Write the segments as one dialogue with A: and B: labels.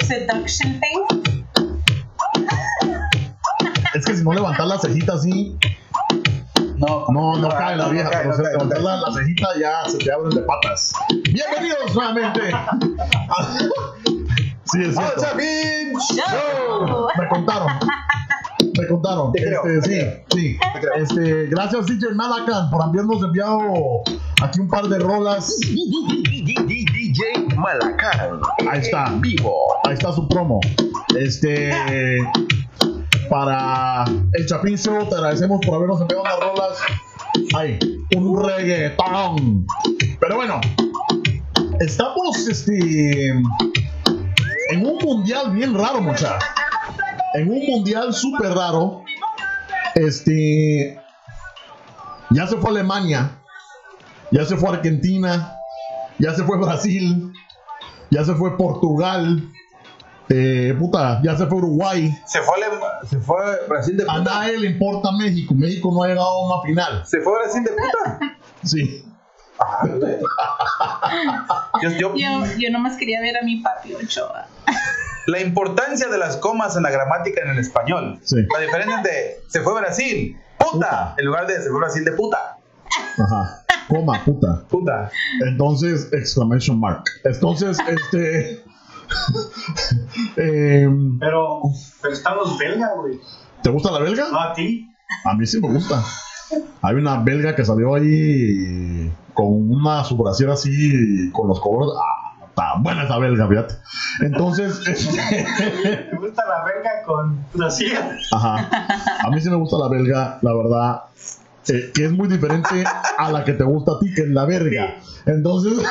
A: Production Thing.
B: Es que si no levantas la cejita así,
C: No,
B: no, no cae la vieja.
C: no cae,
B: pero
C: no
B: si
C: cae, no
B: levantas
C: cae.
B: la, la cejita ya se te abren de patas. Bienvenidos nuevamente. sí, es
C: ¡Ah,
B: cierto.
C: Chapín!
A: Show.
B: Me contaron. Me contaron.
C: Te creo,
B: Este,
C: te
B: sí, sí.
C: creo.
B: Este, gracias, DJ Malacan, por habernos enviado aquí un par de rolas.
C: DJ Malacan.
B: Ahí está.
C: Vivo.
B: Ahí está su promo. Este. Para el Chapín Show, te agradecemos por habernos enviado unas rolas. Ay, un reggaetón. Pero bueno, estamos este, en un mundial bien raro, mucha. En un mundial súper raro. Este. Ya se fue Alemania. Ya se fue Argentina. Ya se fue Brasil. Ya se fue Portugal. Eh, puta, ya se fue Uruguay.
C: Se fue, Ale- se fue Brasil de
B: A
C: puta.
B: nadie le importa México. México no ha llegado a una final.
C: Se fue Brasil de puta.
B: Sí.
C: Ah, güey. Yo, yo-
A: Yo, yo nomás quería ver a mi papi Ochoa.
C: la importancia de las comas en la gramática en el español.
B: Sí.
C: La diferencia de se fue Brasil, puta, en lugar de se fue Brasil de puta.
B: Ajá. Coma, puta.
C: Puta.
B: Entonces, exclamation mark. Entonces, este. em,
D: Pero, pero están los belgas, güey.
B: ¿Te gusta la belga?
D: No a ti.
B: A mí sí me gusta. Hay una belga que salió ahí con una subrasión así, con los colores. Ah, está buena esa belga, fíjate. Entonces, este,
D: Te gusta la verga con Brasil.
B: ajá. A mí sí me gusta la belga, la verdad. eh, que es muy diferente a la que te gusta a ti, que es la verga. Entonces,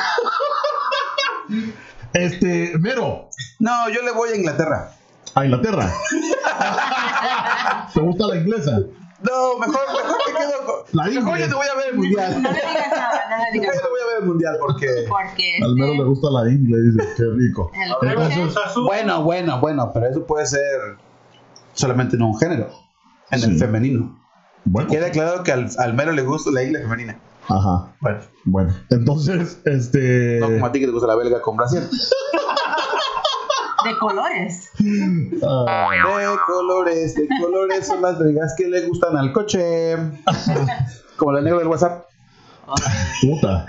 B: este, mero,
C: No, yo le voy a Inglaterra.
B: a Inglaterra. ¿Te gusta la inglesa?
C: No, mejor, mejor me quedo con.
B: La
C: mejor
B: ingle.
C: yo te voy a ver el
A: No
C: mundial.
A: le digas nada, no le
C: Yo te
A: digas nada.
C: voy a ver el mundial porque.
A: Porque
B: Al mero le
A: este,
B: gusta la inglesa, dice, qué rico.
A: el
D: Luego
B: Entonces-
D: Cruz Azul.
C: Bueno, bueno, bueno, pero eso puede ser solamente en un género, en
B: Sí.
C: el femenino.
B: Bueno,
C: Queda claro que al, al mero le gusta la isla femenina.
B: ajá.
C: Bueno,
B: Bueno, entonces, este.
C: no como a ti que te gusta la belga con Brasil.
A: de colores.
B: ah,
C: De colores, de colores son las belgas que le gustan al coche. Como la negra del WhatsApp.
B: puta.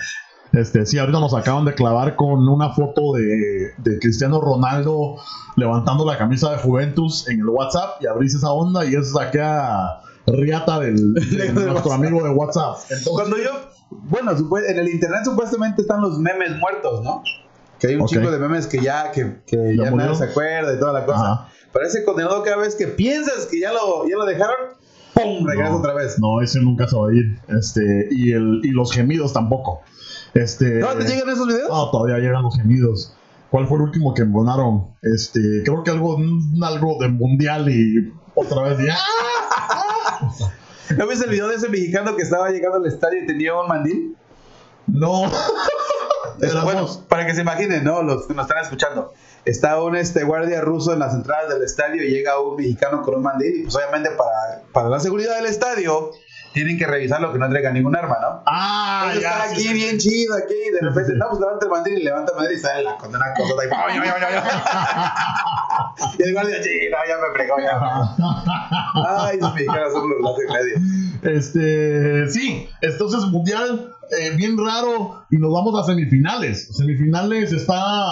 B: Este, sí, ahorita nos acaban de clavar con una foto de, de Cristiano Ronaldo levantando la camisa de Juventus en el WhatsApp y abrís esa onda y es acá riata del, de
C: Del
B: nuestro
C: WhatsApp.
B: amigo de WhatsApp. Entonces,
C: Cuando yo. Bueno, supue- en el internet supuestamente están los memes muertos, ¿no? Que hay un
B: Ok.
C: chico de memes que ya, que, que ya
B: murió?
C: nadie se acuerda y toda la cosa.
B: Ajá.
C: Pero ese condenado cada vez que piensas que ya lo, ya lo dejaron, ¡pum! Regresa
B: No.
C: otra vez.
B: no, ese nunca se va a ir. Este, y, el, y los gemidos tampoco. Este,
C: ¿No te llegan esos videos?
B: No, todavía llegan los gemidos. ¿Cuál fue el último que embonaron? Este, creo que algo, un- algo de mundial y otra vez ya.
C: ¿No viste el video de ese mexicano que estaba llegando al estadio y tenía un mandil?
B: No.
C: Es-
B: Éramos-
C: bueno, para que se imaginen, ¿no? Los que nos están escuchando. Está un este, guardia ruso en las entradas del estadio y llega un mexicano con un mandil. Y pues obviamente para, para la seguridad del estadio tienen que revisarlo que no traiga ningún arma, ¿no?
B: Ah,
C: Entonces,
B: ya.
C: está
B: sí,
C: aquí
B: sí.
C: bien chido, aquí, y de
B: Sí,
C: repente,
B: sí, sí.
C: no, pues levanta el mandil y levanta el mandil y sale la condena cosa. Y, ¡ay, ay, ay, ay! y el guardia, sí, no, ya me fregó, ya. Ay, los mexicanos son los lazos de medio.
B: Este, sí, entonces mundial eh, bien raro y nos vamos a semifinales. Semifinales está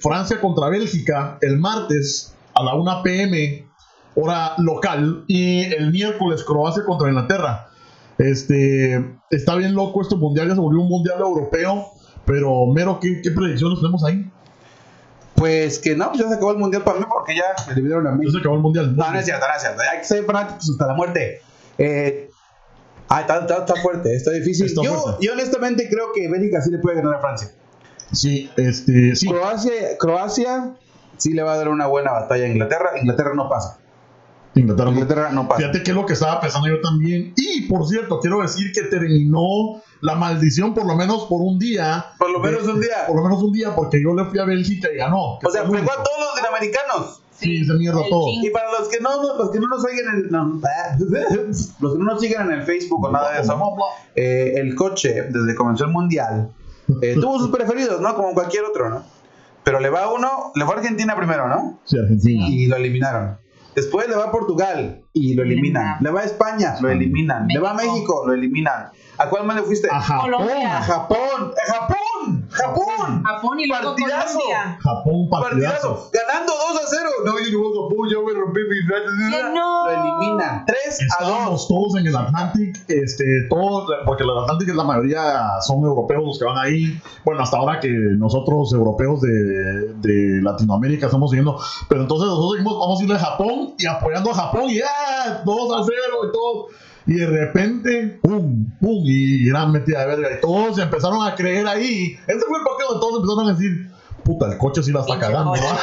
B: Francia contra Bélgica el martes a la 1 pm hora local y el miércoles Croacia contra Inglaterra. Este, está bien loco este mundial, ya se volvió un mundial europeo, pero mero, ¿qué, qué predicciones tenemos ahí?
C: Pues que no, pues ya se acabó el mundial para mí porque ya eliminaron a
B: Ya
C: México.
B: se acabó el mundial.
C: Ah, No, no es cierto, no es cierto. Hay que ser fanáticos hasta la muerte. Eh, ah, está, está- está fuerte, está difícil.
B: Está
C: yo,
B: fuerte.
C: yo honestamente creo que Bélgica sí le puede ganar a Francia.
B: Sí, este, sí.
C: Croacia, Croacia sí le va a dar una buena batalla a Inglaterra. Inglaterra no pasa.
B: Inglaterra.
C: Inglaterra no pasa.
B: Fíjate que es lo que estaba pensando yo también. Y por cierto, quiero decir que terminó la maldición por lo menos por un día.
C: Por lo menos un día.
B: Por lo menos un día, porque yo le fui a Bélgica y ganó.
C: O sea,
B: Fue
C: fregó
B: único.
C: a todos los latinoamericanos.
B: Sí, se mierda
A: El
B: todo.
A: chin-
C: Y para los que no, no- los que no nos oigan en, no, los que no nos sigan en el Facebook o nada de eso, eh, el coche, desde que comenzó el mundial, eh, tuvo sus preferidos, ¿no? Como cualquier otro, ¿no? Pero le va uno, le fue a Argentina primero, ¿no?
B: Sí, Argentina.
C: Y lo eliminaron. Después le va a Portugal y lo eliminan. Le va a España, lo eliminan. Le va a México, lo eliminan. ¿A cuál más le fuiste?
B: A Japón.
C: A
A: Colombia.
C: Japón, a Japón, Japón.
A: Japón y luego
C: Partidazo.
A: Colombia.
B: Japón, partidazo.
C: Partidazo. Ganando 2 a 0. No, yo no Japón, yo me rompí mi
A: Que no.
C: Lo eliminan. 3 a 2.
B: Estábamos todos en el Atlantic, este, todos, porque el Atlantic es la mayoría son europeos los que van ahí. Bueno, hasta ahora que nosotros europeos de, de Latinoamérica estamos siguiendo, pero entonces nosotros dijimos, vamos a irle a Japón y apoyando a Japón y ya, 2 a 0 y todo. Y de repente, pum, pum, y gran metida de verga. Y todos empezaron a creer ahí. Ese fue el partido donde todos empezaron a decir, puta, el coche sí la está
A: Pinche
B: cagando.
A: coche.
B: ¿verdad?"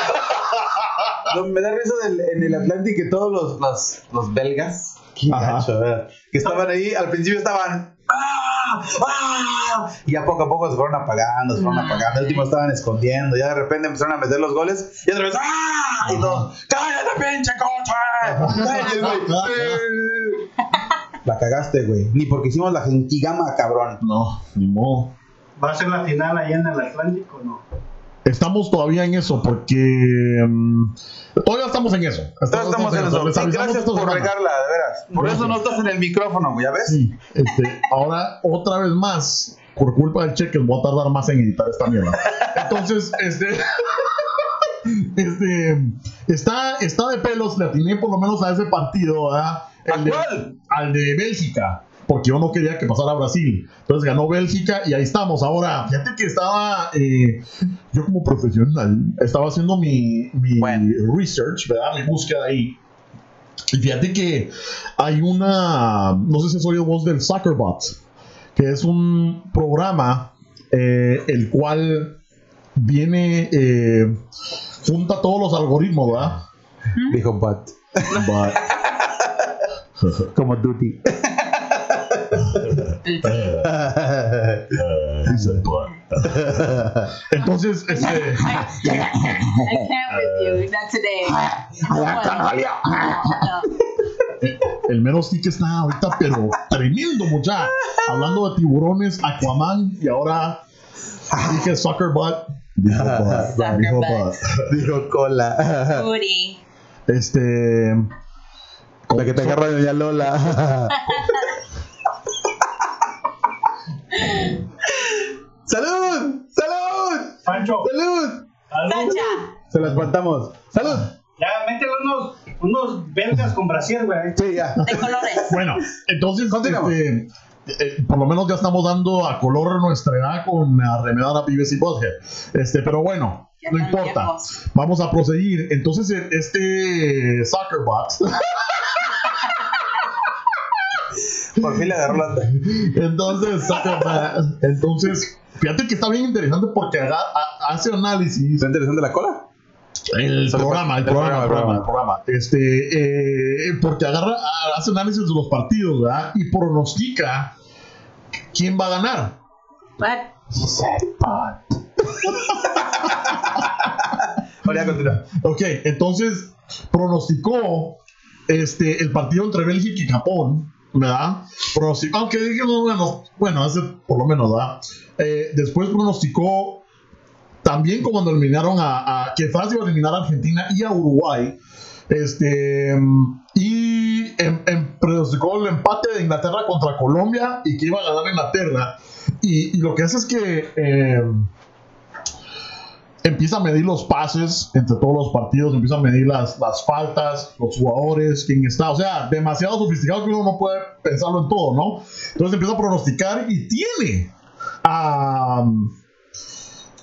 C: Lo- me da risa del- en el Atlántico que todos los, los, los belgas qué
B: Ajá.
C: gacho, ¿verdad? que estaban ahí, al principio estaban ¡Ah! ¡Ah! y ya poco a poco se fueron apagando, se fueron
A: Ah.
C: apagando, al último estaban escondiendo, ya de repente empezaron a meter los goles y otra vez ¡Ah! y todos ¡Cállate pinche coche! ¡Cállate, güey! Sí. La cagaste, güey. Ni porque hicimos la gentigama, cabrón.
B: No, ni modo.
D: ¿Va a ser la final allá en el Atlántico o no?
B: Estamos todavía en eso porque mm, todavía estamos en eso.
C: Todos estamos en eso.
B: Les
C: Sí,
B: avisamos
C: gracias
B: esta
C: por
B: semana.
C: regarla, de veras. Por eso
B: Gracias.
C: no estás en el micrófono, güey, ¿ya ves?
B: Sí, este, ahora otra vez más, por culpa del cheque, voy a tardar más en editar esta mierda. Entonces, este, este, está, está de pelos. Le atiné por lo menos a ese partido, ¿verdad?
C: ¿A
B: El de-
C: cuál?
B: al de Bélgica, porque yo no quería que pasara a Brasil. Entonces ganó Bélgica y ahí estamos. Ahora, fíjate que estaba, eh, yo como profesional, estaba haciendo mi, mi
C: Bueno.
B: research, ¿verdad? Mi búsqueda ahí. Y fíjate que hay una, no sé si soy voz del Soccerbot, que es un programa eh, el cual viene, eh, junta todos los algoritmos, ¿verdad?
C: Dijo Bat. Como Duty.
B: Entonces, este,
A: I can't with you. Not today. No.
B: el mero sí que está ahorita, pero tremendo, mucha. Hablando de tiburones, Aquaman y ahora dije Soccer Butt. Dijo butt, dijo butt.
C: Dijo cola.
A: Booty.
B: Este.
C: La que te agarra doña Lola. ¡Salud! ¡Salud!
D: Pancho,
C: ¡Salud!
D: algo-
A: Sancha.
C: Se las espantamos. ¡Salud!
D: ya métele unos, unos belgas con Brasil, güey.
C: Sí, ya.
A: De colores.
B: Bueno, entonces,
C: Continuamos.
B: este, eh, por lo menos ya estamos dando a color nuestra edad con arremedar a pibes y Butthead. Este, pero bueno,
A: Ya
B: no
A: están
B: importa.
A: viejos.
B: Vamos a proseguir. Entonces, el- este soccer box,
C: Por fin le agarró la.
B: entonces, soccer box, entonces, fíjate que está bien interesante porque haga- ha- hace análisis
C: ¿Está interesante la cola?
B: El
C: Solo
B: programa,
C: por-
B: el programa, el programa,
C: programa,
B: el programa. Este, eh, porque agarra, a- hace análisis de los partidos, ¿verdad? Y pronostica quién va a ganar.
A: What?
C: Ahora ya continúa.
B: Ok, entonces pronosticó este, el partido entre Bélgica y Japón, ¿verdad? Pronosticó, aunque dijimos, bueno, bueno, hace por lo menos, ¿verdad? Eh, después pronosticó también cuando eliminaron a, a- que Francia iba a eliminar a Argentina y a Uruguay. Este, mm, y em- em- pronosticó el empate de Inglaterra contra Colombia y que iba a ganar Inglaterra. Y, y lo que hace es que. em, empieza a medir los pases entre todos los partidos, empieza a medir las, las faltas, los jugadores, quién está. O sea, demasiado sofisticado que uno no puede pensarlo en todo, ¿no? Entonces empieza a pronosticar y tiene a,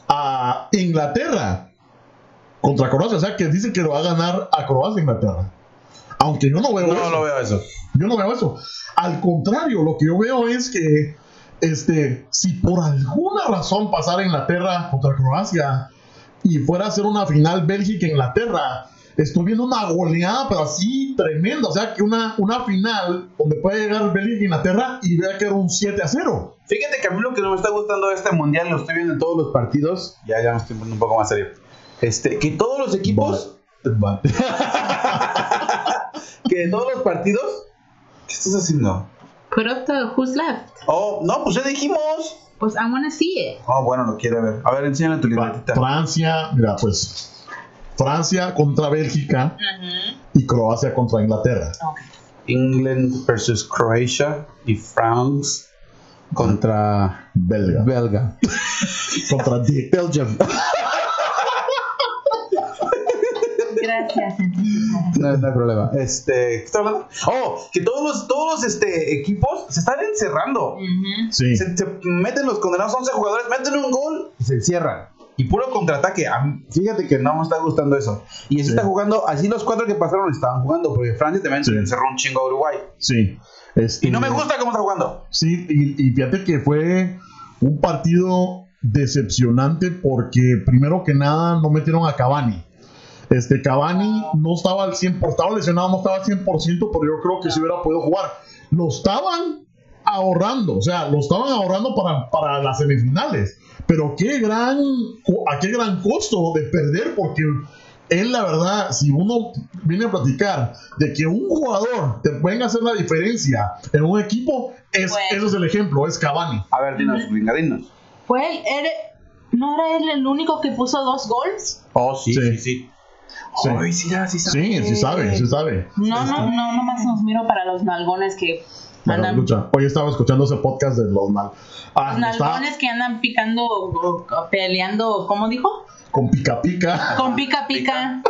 B: a Inglaterra contra Croacia. O sea, que dice que lo va a ganar a Croacia Inglaterra. Aunque yo no veo
C: No,
B: eso.
C: no veo eso.
B: Yo no veo eso. Al contrario, lo que yo veo es que este, si por alguna razón pasara Inglaterra contra Croacia y fuera a ser una final Bélgica-Inglaterra, estoy viendo una goleada, pero así tremenda. O sea, que una, una final donde puede llegar Bélgica-Inglaterra y vea que era un 7 a 0.
C: Fíjate que a mí lo que no me está gustando de este mundial, lo estoy viendo en todos los partidos, ya, ya me estoy poniendo un poco más serio, este, que todos los equipos, que de todos los partidos, ¿qué estás haciendo?
A: Put up the who's left.
C: Oh, no, pues ya dijimos,
A: Pues I wanna see it.
C: Oh, bueno, lo quiere ver. A ver, enséñale tu libretita.
B: Francia, mira, pues Francia contra Bélgica y Croacia contra Inglaterra.
C: England versus Croatia y France contra
B: Belga.
C: Belga.
B: Contra Dick.
C: Belgium.
A: Gracias.
C: No, no hay problema. Este, ¿qué está hablando? Oh, que todos los, todos los este, equipos se están encerrando.
A: Ujú.
B: Sí.
C: Se, se meten los condenados 11 jugadores, meten un gol y se encierran. Y puro contraataque. A mí- Fíjate que no me está gustando eso. Y así
B: Sí.
C: está jugando, así los cuatro que pasaron estaban jugando, porque Francia también se
B: Sí.
C: encerró un chingo a Uruguay.
B: Sí. Este,
C: Y no me gusta cómo está jugando.
B: Sí, y, y fíjate que fue un partido decepcionante porque primero que nada no metieron a Cavani. Este Cavani no estaba al 100%, estaba lesionado, no estaba al 100%, pero yo creo que se hubiera podido jugar. Lo estaban ahorrando, o sea, lo estaban ahorrando para, para las semifinales. Pero qué gran, co- a qué gran costo de perder, porque él, la verdad, si uno viene a platicar de que un jugador te pueden hacer la diferencia en un equipo, es,
A: Bueno.
B: ese es el ejemplo, es Cavani.
C: A ver, dinos, gringa, dinos.
A: Fue él, era- ¿no era él el único que puso dos goals?
C: Oh, sí,
B: Sí.
C: sí, sí.
B: Sí.
C: Ay, sí, ya, sí, sabe.
B: Sí, sí sabe, sí sabe.
A: No, no, no, nomás nos miro para los nalgones que
B: Bueno,
A: andan.
B: lucha. Hoy estaba escuchando ese podcast de los mal. Ah,
A: Los
B: estaba
A: nalgones que andan picando, o- o peleando, ¿cómo dijo?
B: con pica pica.
A: Con pica pica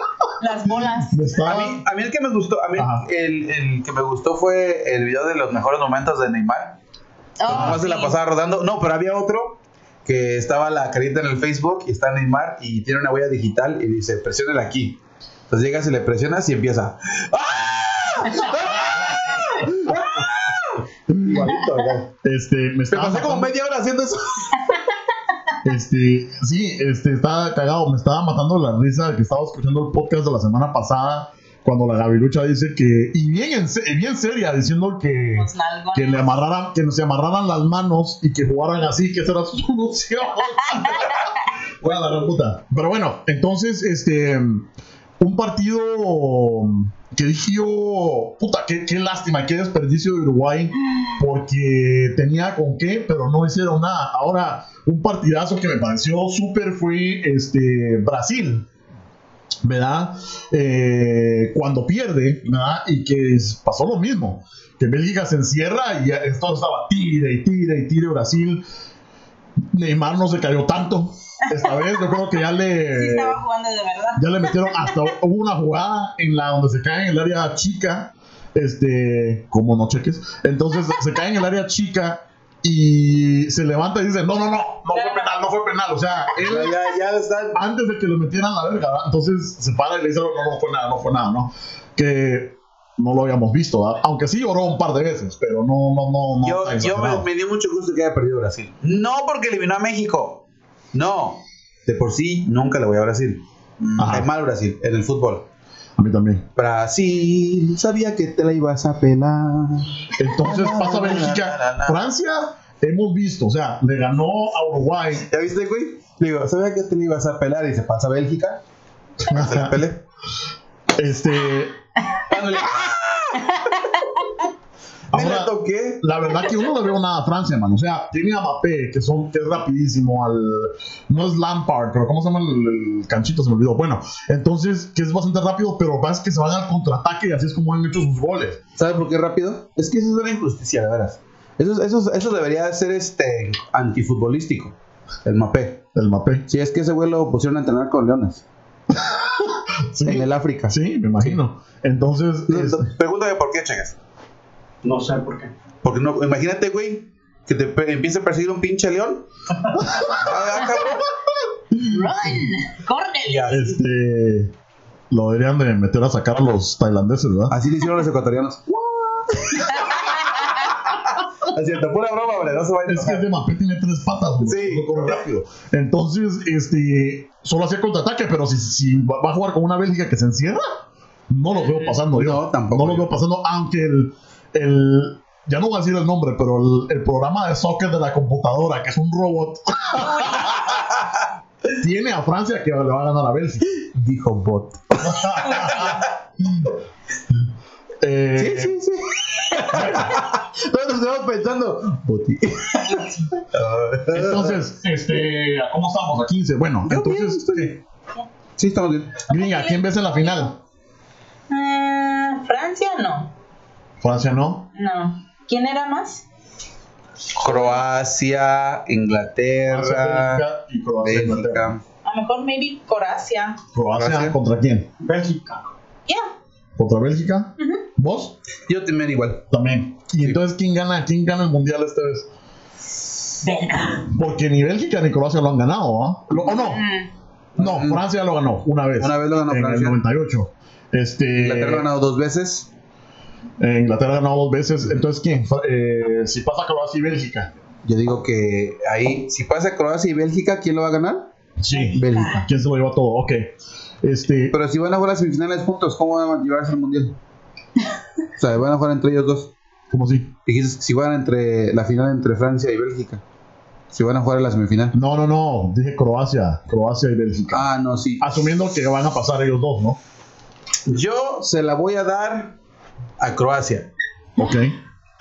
A: las bolas.
B: Me estaba-
C: A mí, a mí el que me gustó, a mí
B: Ajá.
C: el, el que me gustó fue el video de los mejores momentos de Neymar.
A: Oh,
C: Nomás se la
A: sí.
C: pasaba rodando. No, pero había otro que estaba la carita en el Facebook y está Neymar y tiene una huella digital y dice, presiónela aquí. Entonces llegas y le presionas y empieza. ¡Ah! ¡Ah! ¡Ah! Igualito, Ah, acá.
B: Este, me
C: Me
B: estaba
C: pasé como
B: matando.
C: media hora haciendo eso.
B: Este, sí, este, estaba cagado, me estaba matando la risa que estaba escuchando el podcast de la semana pasada cuando la Gavilucha dice que, y bien, en se- y bien seria, diciendo que,
A: Los nalgones.
B: que le amarraran, que se amarraran las manos y que jugaran así, que esa era su solución. Voy a la gran puta. Pero bueno, entonces, este, un partido que dije yo, puta, qué, qué lástima, qué desperdicio de Uruguay, porque tenía con qué, pero no hicieron nada. Ahora, un partidazo que me pareció súper fue este, Brasil. ¿Verdad? Eh, cuando pierde, ¿verdad? Y que es- pasó lo mismo que Bélgica se encierra y esto estaba tira y tira y tira Brasil. Neymar no se cayó tanto esta vez, yo creo que ya
A: Sí,
B: le
A: estaba jugando de verdad.
B: ya le metieron hasta hubo una jugada en la donde se cae en el área chica, este, como no cheques. Entonces se cae en el área chica y se levanta y dice, "No, no, no, no fue penal, no fue penal", o sea, él
C: Ya, ya están.
B: antes de que lo metieran a la verga, ¿verdad? Entonces se para y le dice, no, no fue nada, no fue nada, ¿no? Que no lo habíamos visto, ¿verdad? Aunque sí lloró un par de veces, pero no, no, no, no.
C: Yo,
B: está
C: yo me,
B: exagerado.
C: me dio mucho gusto que haya perdido Brasil. No porque eliminó a México. No. De por sí, nunca le voy a Brasil.
B: Ajá.
C: Es mal Brasil en el fútbol.
B: A mí también.
C: Brasil, sabía que te la ibas a pelar.
B: Entonces pasa Bélgica. Francia, hemos visto, o sea, le ganó a Uruguay.
C: ¿Ya viste, güey? Digo, sabía que te la ibas a pelar y se pasa a Bélgica. Se
B: Ah.
C: la pelé.
B: Este,
C: Dándole, ¡ah! Me la
B: Ahora-
C: toqué.
B: la verdad que yo no le veo nada a Francia, mano. O sea, tiene a Mbappé, que, son, que es rapidísimo, al, no es Lampard, pero ¿cómo se llama el, el canchito? Se me olvidó. Bueno, entonces, que es bastante rápido, pero vas que se van al contraataque y así es como han hecho sus goles.
C: ¿Sabes por qué rápido? Es que eso es una injusticia, de veras. Eso, eso, eso debería ser este antifutbolístico. El mapé.
B: El Mbappé.
C: Si es que ese güey lo pusieron a entrenar con leones
B: Sí,
C: en el África.
B: sí, me imagino. Entonces,
C: No,
B: es-
C: no, Pregúntame por qué, checas.
D: No sé por qué.
C: Porque no, imagínate, güey, que te pe- empiece a perseguir un pinche león. Ah, ah, cabrón.
A: Run, córrele.
C: Ya, es-
B: este, lo deberían de meter a sacar a los tailandeses, ¿verdad?
C: Así le hicieron los ecuatorianos. Es cierto, pura broma, hombre, no se vayan a
B: Es que
C: enojar.
B: ese Mbappé tiene tres patas, güey,
C: Sí.
B: no corre rápido. Entonces, este, solo hacía contraataque, pero si, si va va a jugar con una Bélgica que se encierra, no lo veo pasando yo.
C: No, tampoco
B: No lo
C: yo.
B: veo pasando, aunque el, el- ya no voy a decir el nombre, pero el, el programa de soccer de la computadora, que es un robot, tiene a Francia que le va a ganar a Bélgica.
C: Dijo bot.
B: Eh, Eh,
C: Sí, sí, sí. Nosotros estamos pensando. Boti.
B: Entonces, este, ¿a ¿cómo estamos? A 15. Bueno,
C: Yo bien,
B: entonces, eh,
C: estoy bien. Sí, estamos bien.
B: gringa, ¿quién ves en la final?
A: Ah, Francia, no.
B: Francia no.
A: No. ¿Quién era más?
C: Croacia, Inglaterra,
B: Francia, Bélgica y Croacia. Inglaterra.
C: Bélgica.
A: A lo mejor maybe Croacia.
B: Croacia,
C: Croacia.
B: ¿contra quién?
D: Bélgica.
A: Ya.
B: ¿Contra Bélgica? ¿Vos?
C: Yo también
B: Eh.
C: igual.
B: También. Y entonces, ¿quién gana? ¿Quién gana el mundial esta vez?
A: Venga.
B: Porque ni Bélgica ni Croacia lo han ganado, ¿ah? Lo- ¿O no?
A: Mm.
B: No,
C: Ujú.
B: Francia lo ganó una vez.
C: Una vez lo ganó
B: en
C: Francia.
B: el 98. Este,
C: Inglaterra ha ganado dos veces.
B: eh, Inglaterra ganó dos veces. Entonces, ¿quién? Fra- eh, si pasa Croacia y Bélgica.
C: Yo digo que ahí, si pasa Croacia y Bélgica, ¿quién lo va a ganar?
B: Sí.
C: Bélgica.
B: ¿Quién se lo lleva todo? Ok. Este,
C: Pero si van a jugar las semifinales juntos, ¿cómo van a llevarse al mundial? O sea, van a jugar entre ellos dos.
B: ¿Cómo sí?
C: Dijiste si van entre la final entre Francia y Bélgica. Si van a jugar a la semifinal.
B: No, no, no. Dije Croacia. Croacia y Bélgica.
C: Ah, no, sí.
B: Asumiendo que van a pasar ellos dos, ¿no?
C: Yo se la voy a dar a Croacia.
B: Ok.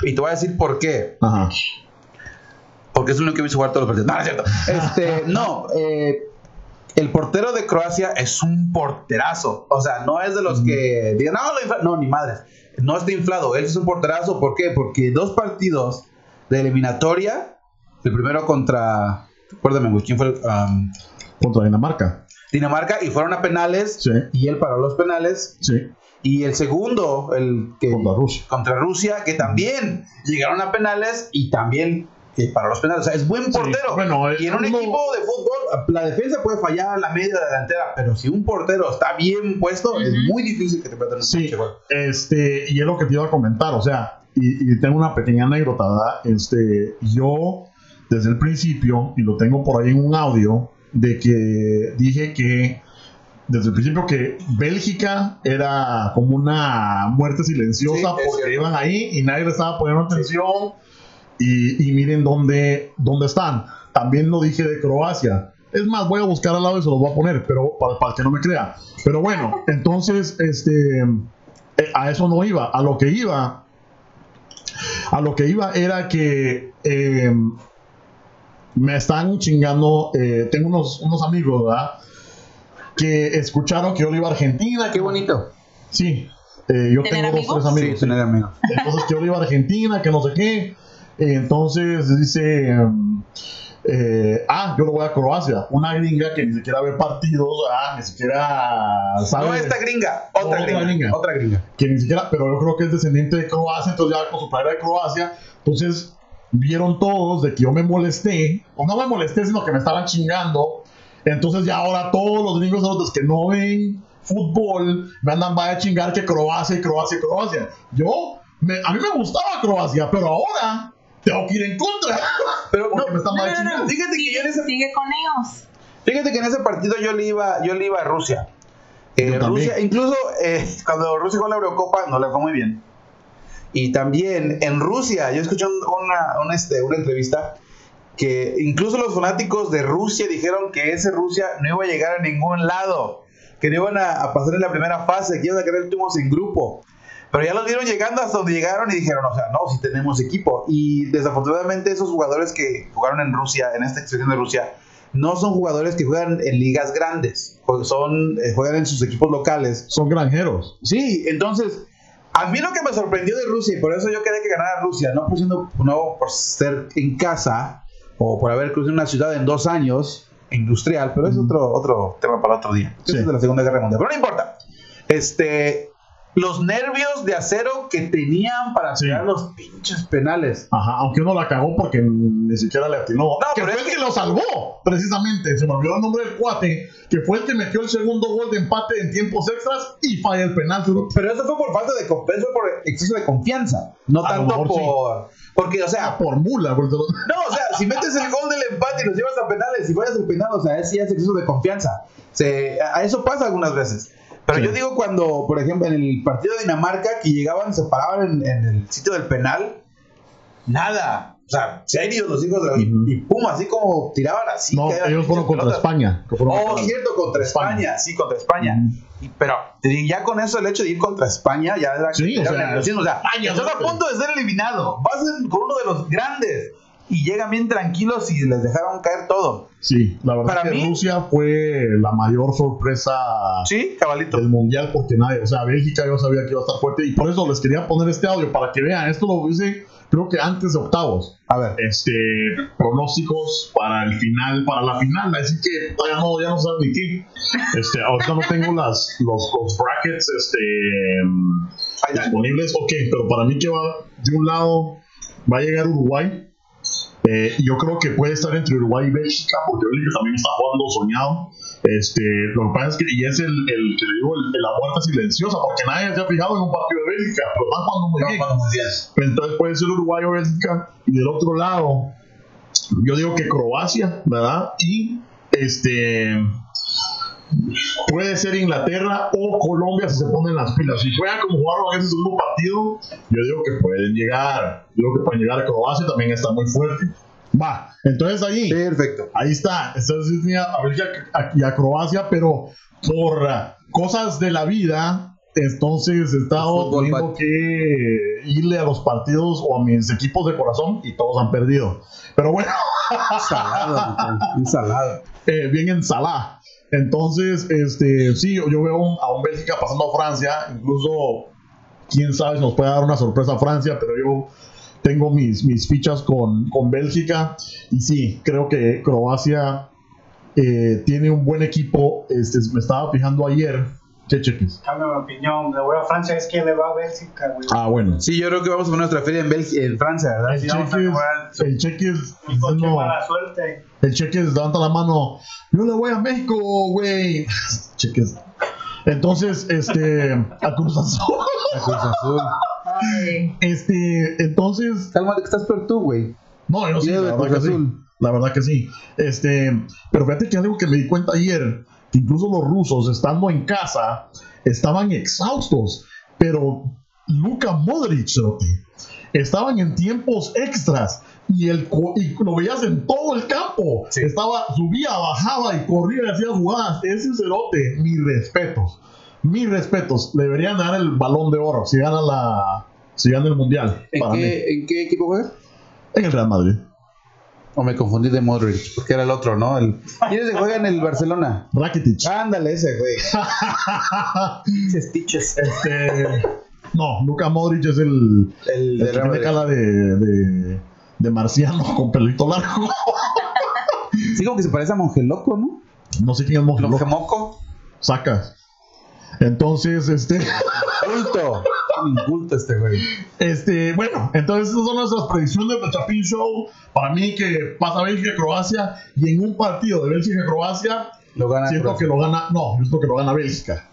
C: Y te voy a decir por qué.
B: Ajá.
C: Porque es uno que me hizo jugar todos los partidos. No, no es cierto. Este, no, eh, el portero de Croacia es un porterazo. O sea, no es de los que digan, no, lo infla-". no, ni madres. No está inflado. Él es un porterazo. ¿Por qué? Porque dos partidos de eliminatoria, el primero contra. Recuérdame, güey, ¿quién fue? Um,
B: Contra Dinamarca.
C: Dinamarca y fueron a penales.
B: Sí.
C: Y él paró los penales.
B: Sí.
C: Y el segundo, el que
B: Contra Rusia.
C: contra Rusia, que también llegaron a penales y también eh, para los penales. O sea, es buen portero.
B: bueno,
C: y en un
B: no-
C: equipo de fútbol, la defensa puede fallar, la media delantera, pero si un portero está bien puesto, es muy difícil que te metan un
B: Sí,
C: pinche gol.
B: este, y es lo que te iba a comentar, o sea, y, y tengo una pequeña anécdota, ¿verdad? Este, yo desde el principio, y lo tengo por ahí en un audio, de que dije que desde el principio que Bélgica era como una muerte silenciosa
C: Sí, es
B: porque
C: cierto.
B: iban ahí y nadie le estaba poniendo atención y, y miren dónde, dónde están. También lo dije de Croacia. Es más, voy a buscar al lado y se los voy a poner, pero para, para el que no me crea. Pero bueno, entonces, este, eh, a eso no iba. A lo que iba, a lo que iba era que eh, me están chingando. eh, tengo unos, unos amigos, ¿verdad? Que escucharon que yo le iba a Argentina.
C: Qué
B: Que,
C: bonito.
B: sí, eh, yo
A: ¿Tener
B: tengo dos,
A: amigos?
B: tres amigos. sí.
C: tener amigos.
B: Entonces que yo le iba a Argentina, que no sé qué. Entonces dice, em, eh, ah, yo lo voy a Croacia. Una gringa que ni siquiera ve partidos, ah, ni siquiera sabe.
C: No esta gringa, otra,
B: Otra
C: gringa,
B: gringa.
C: Otra gringa.
B: que ni siquiera, pero yo creo que es descendiente de Croacia, entonces ya con su playera de Croacia. Entonces vieron todos de que yo me molesté, o no me molesté, sino que me estaban chingando. Entonces ya ahora todos los gringos son los que no ven fútbol, me andan vaya a chingar que Croacia y Croacia y Croacia. Yo, me- a mí me gustaba Croacia, pero ahora tengo que ir en contra.
C: Pero
B: Porque me
C: no,
B: están
A: No,
B: vaya
A: no, no,
B: chingando.
C: fíjate que yo en ese
A: Sigue con ellos.
C: Fíjate que en ese partido yo le iba, yo le iba a Rusia. Eh,
B: Yo también.
C: Rusia, incluso eh, cuando Rusia jugó la Eurocopa no le fue muy bien. Y también en Rusia, yo escuché un- una, un, este, una entrevista que incluso los fanáticos de Rusia dijeron que ese Rusia no iba a llegar a ningún lado, que no iban a, a pasar en la primera fase, que iban a quedar últimos en grupo. Pero ya los vieron llegando hasta donde llegaron y dijeron, o sea, no, si tenemos equipo. Y desafortunadamente esos jugadores que jugaron en Rusia, en esta selección de Rusia, no son jugadores que juegan en ligas grandes, porque son, eh, juegan en sus equipos locales.
B: Son granjeros.
C: Sí, entonces, a mí lo que me sorprendió de Rusia, y por eso yo quería que ganara Rusia, no por, siendo- no por ser en casa o por haber cruzado una ciudad en dos años, industrial, pero es otro, otro tema para otro día. Eso
B: Sí.
C: es de la Segunda Guerra Mundial, pero no importa. Este, los nervios de acero que tenían para
B: Sí.
C: tirar los pinches penales.
B: Ajá, aunque uno la cagó porque ni siquiera le atinó. que
C: pero
B: fue
C: es
B: el que lo salvó, precisamente. Se me olvidó el nombre del cuate, que fue el que metió el segundo gol de empate en tiempos extras y falla el penal.
C: Pero eso fue por falta de compensa, por exceso de confianza, no
B: A lo
C: tanto
B: mejor sí.
C: por... Porque, o sea,
B: Ah, por mula. porque-
C: No, o sea, si metes el gol del empate y los llevas a penales y fallas el penal, o sea, ese ya es exceso de confianza. Se, a a eso pasa algunas veces. Pero
B: Sí.
C: yo digo cuando, por ejemplo, en el partido de Dinamarca, que llegaban, se paraban en, en el sitio del penal, nada. O sea, serios los hijos de la... y-
B: Ujú.
C: Y pum, así como tiraban así.
B: No,
C: caían
B: ellos fueron
C: las
B: contra
C: pelotas.
B: España. que fueron
C: Oh,
B: contra-
C: cierto, contra España. Sí, contra España. Y- Pero y ya con eso, el hecho de ir contra España, ya era,
B: Sí,
C: era una
B: o sea,
C: eliminación. O sea,
B: España,
C: estás a
B: ¿no?
C: punto de ser eliminado. Vas en- con uno de los grandes y llegan bien tranquilos y les dejaron caer todo.
B: Sí, la verdad
C: Para
B: que
C: mí-
B: Rusia fue la mayor sorpresa
C: Sí, cabalito.
B: del mundial porque nadie, o sea, Bélgica yo sabía que iba a estar fuerte y por eso les quería poner este audio para que vean. Esto lo hice creo que antes de octavos.
C: A ver,
B: Este, pronósticos para el final, para la final, así que todavía no, ya no saben ni qué. Este, ahorita no tengo las, los, los brackets este,
C: ahí está.
B: disponibles, ok, pero para mí que va de un lado, va a llegar Uruguay. Eh, y yo creo que puede estar entre Uruguay y Bélgica, porque Bélgica también está jugando soñado. Este, lo que pasa es que, y es el, el que le digo, el- la muerte silenciosa, porque nadie se ha fijado en un partido de Bélgica, pero están jugando muy bien. Entonces puede ser Uruguay o Bélgica. Y del otro lado, yo digo que Croacia, ¿verdad? Y este. Puede ser Inglaterra o Colombia si se ponen las pilas. Si juegan como jugaron en ese segundo partido, yo digo que pueden llegar. Yo digo que pueden llegar a Croacia, también está muy fuerte. Va, entonces ahí.
C: Perfecto.
B: Ahí está, Estados Unidos tenía a Bélgica y a Croacia, pero por ah, cosas de la vida, entonces he estado
E: Fútbol,
B: teniendo
E: va.
B: que irle a los partidos o a mis equipos de corazón y todos han perdido. Pero bueno,
C: Ensalada, ensalada.
B: eh, bien en Salah. Entonces, este, sí, yo yo veo un- a un Bélgica pasando a Francia, incluso quién sabe si nos puede dar una sorpresa a Francia, pero yo tengo mis, mis fichas con, con Bélgica y sí, creo que Croacia eh, tiene un buen equipo. Este, me estaba fijando ayer, ¿qué cheques?
D: Cambia mi opinión. Le voy a Francia, es que le va a Bélgica, güey.
B: Ah, bueno.
C: Sí, yo creo que vamos a poner nuestra feria en, Bélgica, en Francia, ¿verdad?
B: El
C: Sí,
B: cheque
C: vamos a jugar-
B: es, el cheque es,
D: Y con qué
B: no,
D: mala suerte.
B: el cheques levanta la mano. Yo le voy a México, güey. Cheques. Entonces, este, a Cruz Azul.
E: Cruz Azul.
A: Ay.
B: Este, entonces,
E: Cálmate que estás peor tú, güey.
B: no, yo sí,
E: Yo de
B: la verdad
E: Cruz
B: que sí.
E: Azul.
B: La verdad que sí. Este, pero fíjate que algo que me di cuenta ayer, que incluso los rusos estando en casa estaban exhaustos, pero Luka Modric cerote, estaban en tiempos extras y, el, co- y lo veías en todo el campo.
C: Sí.
B: Estaba, subía, bajaba y corría y hacía jugadas. Ese cerote, mis respetos. Mis respetos. Le deberían dar el balón de oro si gana la si gana el mundial.
E: ¿En
B: para mí.
E: qué, ¿En qué equipo juegas?
B: En el Real Madrid.
E: O me confundí de Modric.
C: Que era el otro, ¿no? El,
E: ¿Quién es el que juega en el Barcelona?
B: Rakitic.
C: ándale ese, güey.
B: Este, no, Luca Modric es el,
C: El,
B: el
C: del Real
B: que tiene
C: Madrid.
B: cara de, de, de marciano con pelito largo.
E: Sí, como que se parece a Mongeloco, ¿no?
B: No sé quién es Mojo.
C: Los Gemoco.
B: Sacas. Entonces, este,
E: Culto.
C: Inculto este, güey.
B: este, bueno, entonces esas son nuestras predicciones del Chapin Show. Para mí que pasa Bélgica-Croacia y en un partido de Bélgica-Croacia
E: Lo gana.
B: siento que
E: Croacia.
B: lo gana, no, siento que lo gana Bélgica.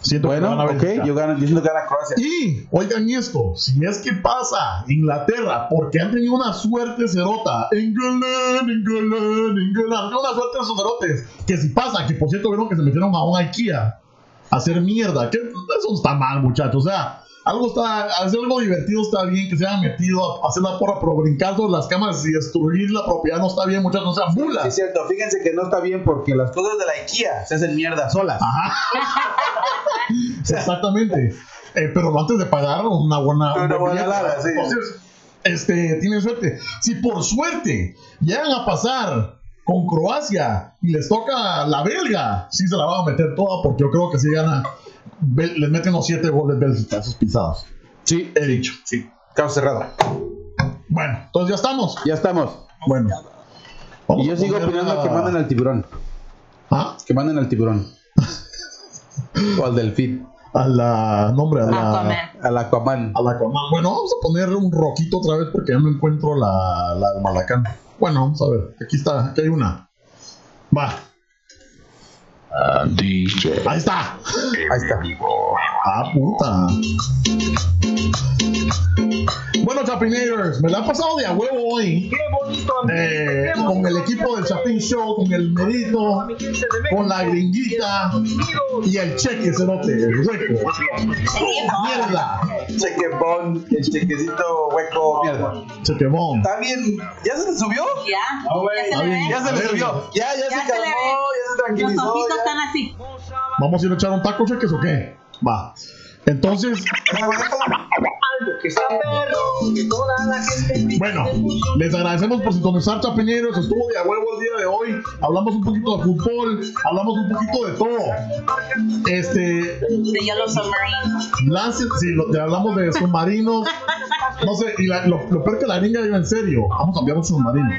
B: Siento que lo
E: Bueno,
B: gana Bélgica.
E: ok. Yo gano.
C: Yo siento que era Croacia.
B: Y oigan esto, si es que pasa Inglaterra, porque han tenido una suerte cerota. England, England, England. Han tenido una suerte esos cerotes. Que si pasa, que por cierto vieron que se metieron a un IKEA a hacer mierda. Que eso está mal, muchachos. O sea, algo está, hacer algo divertido está bien, que se hayan metido a hacer la porra, pero brincar sobre las camas y destruir la propiedad no está bien, muchachos. O sea,
C: Sí, es
B: mulas.
C: cierto. Fíjense que no está bien porque las cosas de la IKEA se hacen mierda solas.
E: Ah,
B: Exactamente. Eh, pero antes de pagar una buena.
C: Una
B: un buen
C: buena
B: billete.
C: lana, sí.
B: Entonces, este, tienen suerte. Si por suerte llegan a pasar con Croacia y les toca la belga, sí se la van a meter toda porque yo creo que si gana, Bel- les meten los siete goles Bélgica, esos pisados.
E: Sí.
B: He dicho.
C: Sí. Caso Eh, cerrado.
B: Bueno, entonces ya estamos.
E: Ya estamos.
B: Bueno. Vamos
E: Y yo
B: a
E: sigo
B: poner
E: opinando
B: la-
E: que manden al tiburón.
B: ¿Ah?
E: Que manden al tiburón. o al delfín.
B: A la nombre, a
C: Ah.
B: la.
A: Aquaman.
E: Al Aquaman.
B: A la Aquaman. Bueno, vamos a poner un roquito otra vez porque ya no encuentro la, la de Malacán. Bueno, vamos a ver. Aquí está, aquí hay una. Va. Ahí está.
E: Ahí está.
B: Ah, puta. Bueno, Chapinators, me la ha pasado de a huevo hoy.
D: Qué bonito,
B: Eh, con el equipo del Chapin Show, con el Merito, con la gringuita y el cheque, cerote, el hueco. Mierda.
C: chequebón, el chequecito hueco, mierda.
B: Chequemón.
C: También, ¿ya se le subió?
A: Ya.
D: No, güey.
A: Ya se le
C: Ya se
A: ve.
C: le subió, ya, ya,
A: Ya
C: se calmó,
A: le ve.
C: ya se tranquilizó.
A: Los ojitos
C: ya.
A: están así.
B: ¿Vamos a ir a echar un taco, cheques o qué? Va. Entonces,
D: Algo que saber, que toda la gente pide.
B: Bueno, les agradecemos por sintonizar, chapiñeros. Estuvo de a huevo el día de hoy. Hablamos un poquito de fútbol, hablamos un poquito de todo. Este,
A: De Yellow Submarine.
B: Lancet, si lo- te hablamos de submarinos, no sé, y la- lo, lo peor que la gringa yo en serio, vamos a enviar un submarino.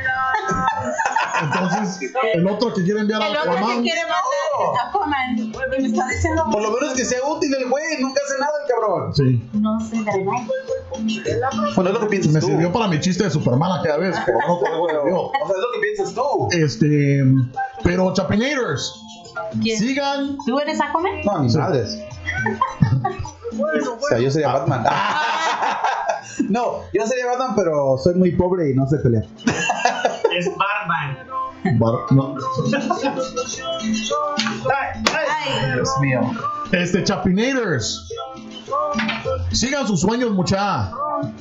B: Entonces, el otro que quiere enviar a
A: El otro que
B: Aquaman,
A: quiere mandar a Aquaman. Y me está diciendo.
C: Por lo menos que sea útil el güey, nunca hace nada el cabrón.
B: sí,
A: No sé, ¿verdad?
C: Bueno, es lo que piensas
B: me
C: tú.
B: sirvió para mi chiste de Superman aquella vez, pero no fue bueno, yo.
C: O sea, es lo que piensas tú.
B: Este, pero chapiñeros,
A: ¿Quién?
B: sigan
A: ¿Tú eres Aquaman?
C: No, mis madres. O sea, yo sería Batman. Ah. No, yo sería Batman, pero soy muy pobre y no sé pelear.
D: Es Batman.
B: Bar- no.
D: Ay, ay.
A: Ay.
C: Dios mío.
B: Este, Chapinators. Sigan sus sueños, mucha.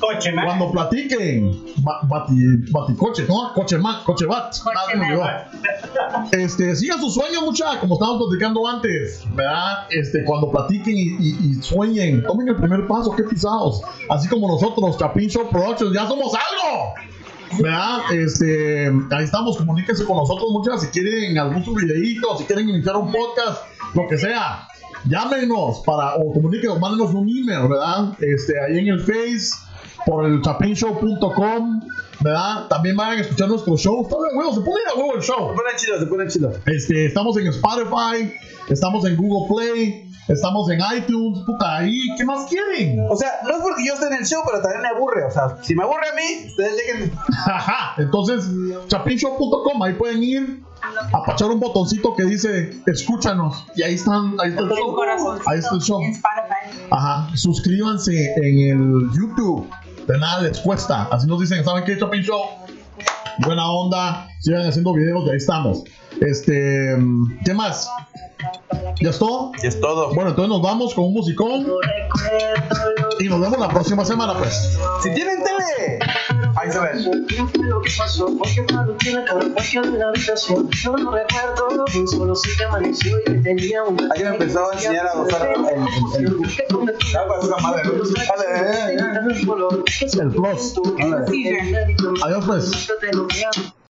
D: Coche, man.
B: Cuando platiquen, ba- bati- baticoche, ¿no? Coche ma- coche bat.
A: Coche
B: Ah, se me
A: bat.
B: olvidó. Este, sigan sus sueños, mucha, como estábamos platicando antes, ¿verdad? Este, cuando platiquen y, y- y sueñen, tomen el primer paso, qué pisados. Así como nosotros, Chapin Show Productions, ya somos algo. ¿Verdad? Este, ahí estamos, comuníquense con nosotros muchas si quieren algún su videíto, si quieren iniciar un podcast, lo que sea. Llámenos para, o comuníquenos, mándenos un email, ¿verdad? Este, ahí en el Face, por el chapinshow.com, ¿verdad? También vayan a escuchar nuestro show. Está de huevo, se pone de huevo el show.
C: Se pone chido, se pone chido.
B: Este, estamos en Spotify, estamos en Google Play, estamos en iTunes, puta, ahí, ¿qué más quieren?
C: O sea, no es porque yo esté en el show, pero también me aburre. O sea, si me aburre a mí, ustedes lleguen.
B: Ajá. Entonces, chapinshow.com, ahí pueden ir, apachar un botoncito que dice, escúchanos, y ahí están, ahí está el
A: El
B: show.
A: corazoncito
B: Ahí está el show.
A: En Spotify.
B: Ajá, suscríbanse en el YouTube. De nada les cuesta. Así nos dicen, ¿saben qué, Chapin Show? Buena onda. Sigan haciendo videos, y ahí estamos. Este, ¿qué más? ¿Ya es todo?
C: Y es todo.
B: Bueno, entonces nos vamos con un musicón. Y nos vemos la próxima semana, pues.
C: Si tienen tele, ahí se ven.
F: No fue lo que pasó, porque malo tiene la calefacción de la habitación. Yo no recuerdo, solo sé que amaneció y que tenía un.
C: Alguien empezó a enseñar a gozar el- el- el- Algo así, la madre. Dale, eh, eh.
F: El
B: plus.
F: plus.
A: Sí, sí.
B: Adiós, pues.